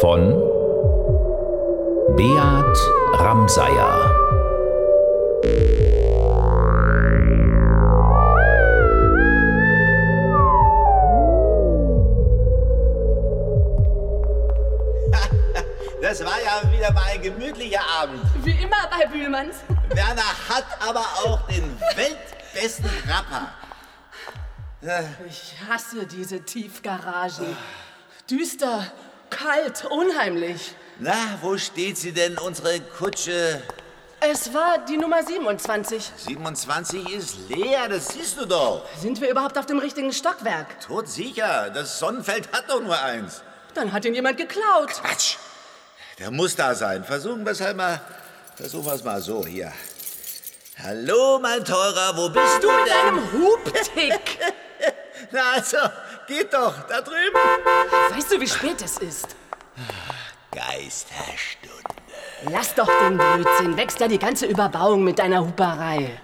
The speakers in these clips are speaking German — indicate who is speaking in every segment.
Speaker 1: von Beat Ramsayer.
Speaker 2: Das war ja wieder mal ein gemütlicher Abend.
Speaker 3: Wie immer bei Bühlmanns.
Speaker 2: Werner hat aber auch den weltbesten Rapper.
Speaker 3: Ich hasse diese Tiefgaragen. Düster, kalt, unheimlich.
Speaker 2: Na, wo steht sie denn, unsere Kutsche?
Speaker 3: Es war die Nummer 27.
Speaker 2: 27 ist leer, das siehst du doch.
Speaker 3: Sind wir überhaupt auf dem richtigen Stockwerk?
Speaker 2: Tot sicher, das Sonnenfeld hat doch nur eins.
Speaker 3: Dann hat ihn jemand geklaut.
Speaker 2: Quatsch, der muss da sein. Versuchen wir es halt mal, versuchen wir es mal so hier. Hallo, mein Teurer, wo bist du
Speaker 3: Mit
Speaker 2: denn?
Speaker 3: einem Hubtick.
Speaker 2: Na also, geht doch, da drüben.
Speaker 3: Weißt du, wie spät es ist?
Speaker 2: Geisterstunde.
Speaker 3: Lass doch den Blödsinn. Wächst ja die ganze Überbauung mit deiner Huperei.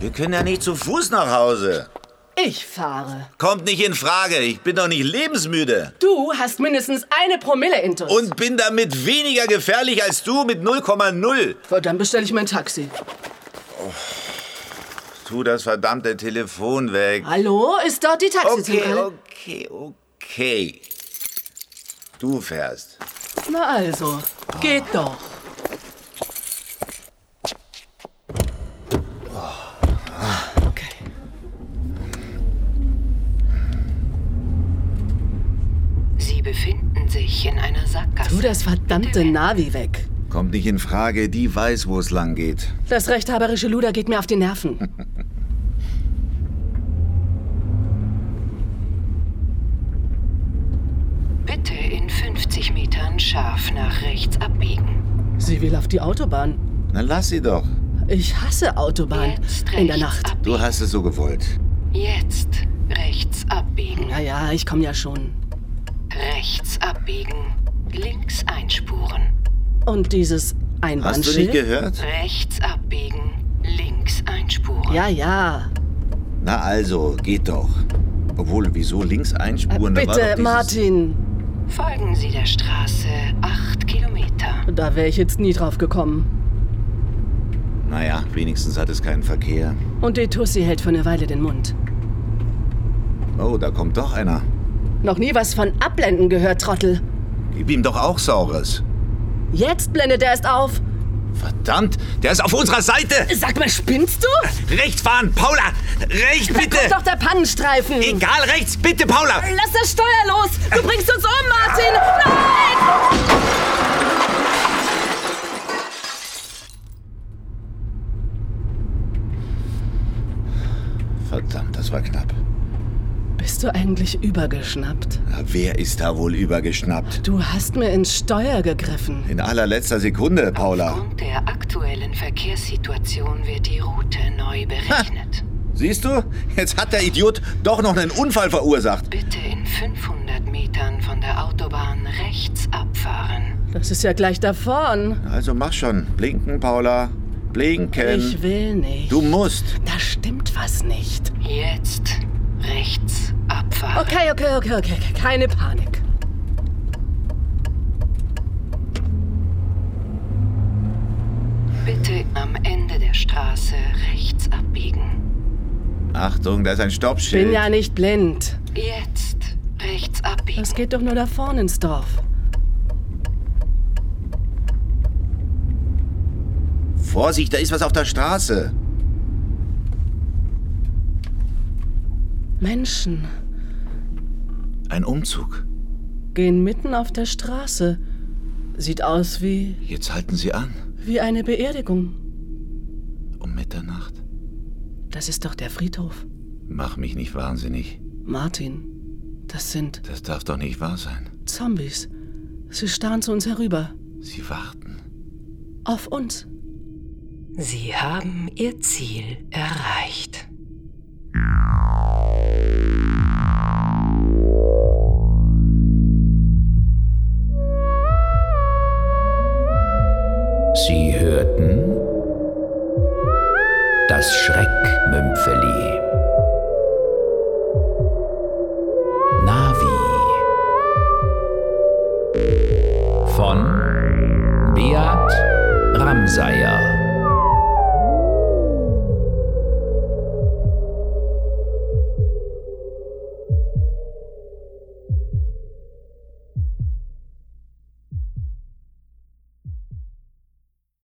Speaker 2: Wir können ja nicht zu Fuß nach Hause.
Speaker 3: Ich fahre.
Speaker 2: Kommt nicht in Frage, ich bin doch nicht lebensmüde.
Speaker 3: Du hast mindestens eine Promille intus.
Speaker 2: Und bin damit weniger gefährlich als du mit 0,0.
Speaker 3: Ja, Dann bestelle ich mir ein Taxi.
Speaker 2: Tu das verdammte Telefon weg.
Speaker 3: Hallo, Ah, ist dort die
Speaker 2: Okay,
Speaker 3: Taxizentrale?
Speaker 2: okay, okay. Du fährst.
Speaker 3: Na also, geht doch. Okay.
Speaker 4: Sie befinden sich in einer Sackgasse.
Speaker 3: Tu das verdammte Navi weg.
Speaker 2: Kommt nicht in Frage, die weiß, wo es lang geht.
Speaker 3: Das rechthaberische Luder geht mir auf die Nerven.
Speaker 4: Bitte in 50 Metern scharf nach rechts abbiegen.
Speaker 3: Sie will auf die Autobahn.
Speaker 2: Na lass sie doch.
Speaker 3: Ich hasse Autobahn.
Speaker 4: Jetzt rechts
Speaker 3: In der Nacht.
Speaker 4: Ab.
Speaker 2: Du hast es so gewollt.
Speaker 4: Jetzt rechts abbiegen.
Speaker 3: Naja, ich komme ja schon.
Speaker 4: Rechts abbiegen. Links einspuren.
Speaker 3: Und
Speaker 2: Hast
Speaker 3: dieses
Speaker 2: du nicht
Speaker 3: Einbahnschild?
Speaker 2: gehört?
Speaker 4: Rechts abbiegen. Links einspuren.
Speaker 3: Ja, ja.
Speaker 2: Na also, geht doch. Obwohl, wieso links einspuren? Da war doch
Speaker 3: Bitte,
Speaker 2: dieses-
Speaker 3: Martin.
Speaker 4: Folgen Sie der Straße 8 Kilometer.
Speaker 3: Da wäre ich jetzt nie drauf gekommen.
Speaker 2: Naja, wenigstens hat es keinen Verkehr.
Speaker 3: Und die Tussi hält für eine Weile den Mund.
Speaker 2: Oh, da kommt doch einer.
Speaker 3: Noch nie was von Abblenden gehört, Trottel.
Speaker 2: Gib ihm doch auch Saures.
Speaker 3: Jetzt blendet er erst auf.
Speaker 2: Verdammt, der ist auf unserer Seite.
Speaker 3: Sag mal, spinnst du?
Speaker 2: Rechts fahren, Paula. Rechts Äh, bitte.
Speaker 3: Kommt doch der Pannenstreifen.
Speaker 2: Egal, Äh. rechts bitte, Paula.
Speaker 3: Lass das Steuer los. Du bringst uns um, Martin. Nein!
Speaker 2: Verdammt, das war knapp.
Speaker 3: Bist du eigentlich übergeschnappt?
Speaker 2: Na, wer ist da wohl übergeschnappt?
Speaker 3: Du hast mir ins Steuer gegriffen.
Speaker 2: In allerletzter Sekunde, Paula.
Speaker 4: Aufgrund der aktuellen Verkehrssituation wird die Route neu berechnet.
Speaker 2: Siehst du? Jetzt hat der Idiot doch noch einen Unfall verursacht.
Speaker 4: Bitte in 500 Metern von der Autobahn rechts abfahren.
Speaker 3: Das ist ja gleich da vorn.
Speaker 2: Also mach schon. Blinken, Paula. Blinken.
Speaker 3: Ich will nicht.
Speaker 2: Ähm, du musst.
Speaker 3: Da stimmt was nicht.
Speaker 4: Jetzt rechts abfahren.
Speaker 3: Okay, okay, okay, okay. okay. Keine Panik.
Speaker 4: Bitte am Ende der Straße rechts abbiegen.
Speaker 2: Achtung, da ist ein Stoppschild.
Speaker 3: Bin ja nicht blind.
Speaker 4: Jetzt rechts abbiegen.
Speaker 3: Das geht doch nur da vorne ins Dorf.
Speaker 2: Vorsicht, da ist was auf der Straße.
Speaker 3: Menschen
Speaker 2: Ein Umzug.
Speaker 3: gehen mitten auf der Straße. Sieht aus wie,
Speaker 2: Jetzt halten sie an.
Speaker 3: wie eine Beerdigung.
Speaker 2: Um Mitternacht.
Speaker 3: Das ist doch der Friedhof.
Speaker 2: Mach mich nicht wahnsinnig.
Speaker 3: Martin, das sind
Speaker 2: Das darf doch nicht wahr sein.
Speaker 3: Zombies. Sie starren zu uns herüber.
Speaker 2: Sie warten.
Speaker 3: Auf uns.
Speaker 4: Sie haben Ihr Ziel erreicht.
Speaker 1: Sie hörten das Schreckmümpfeli. Navi. von Beat Ramsayer.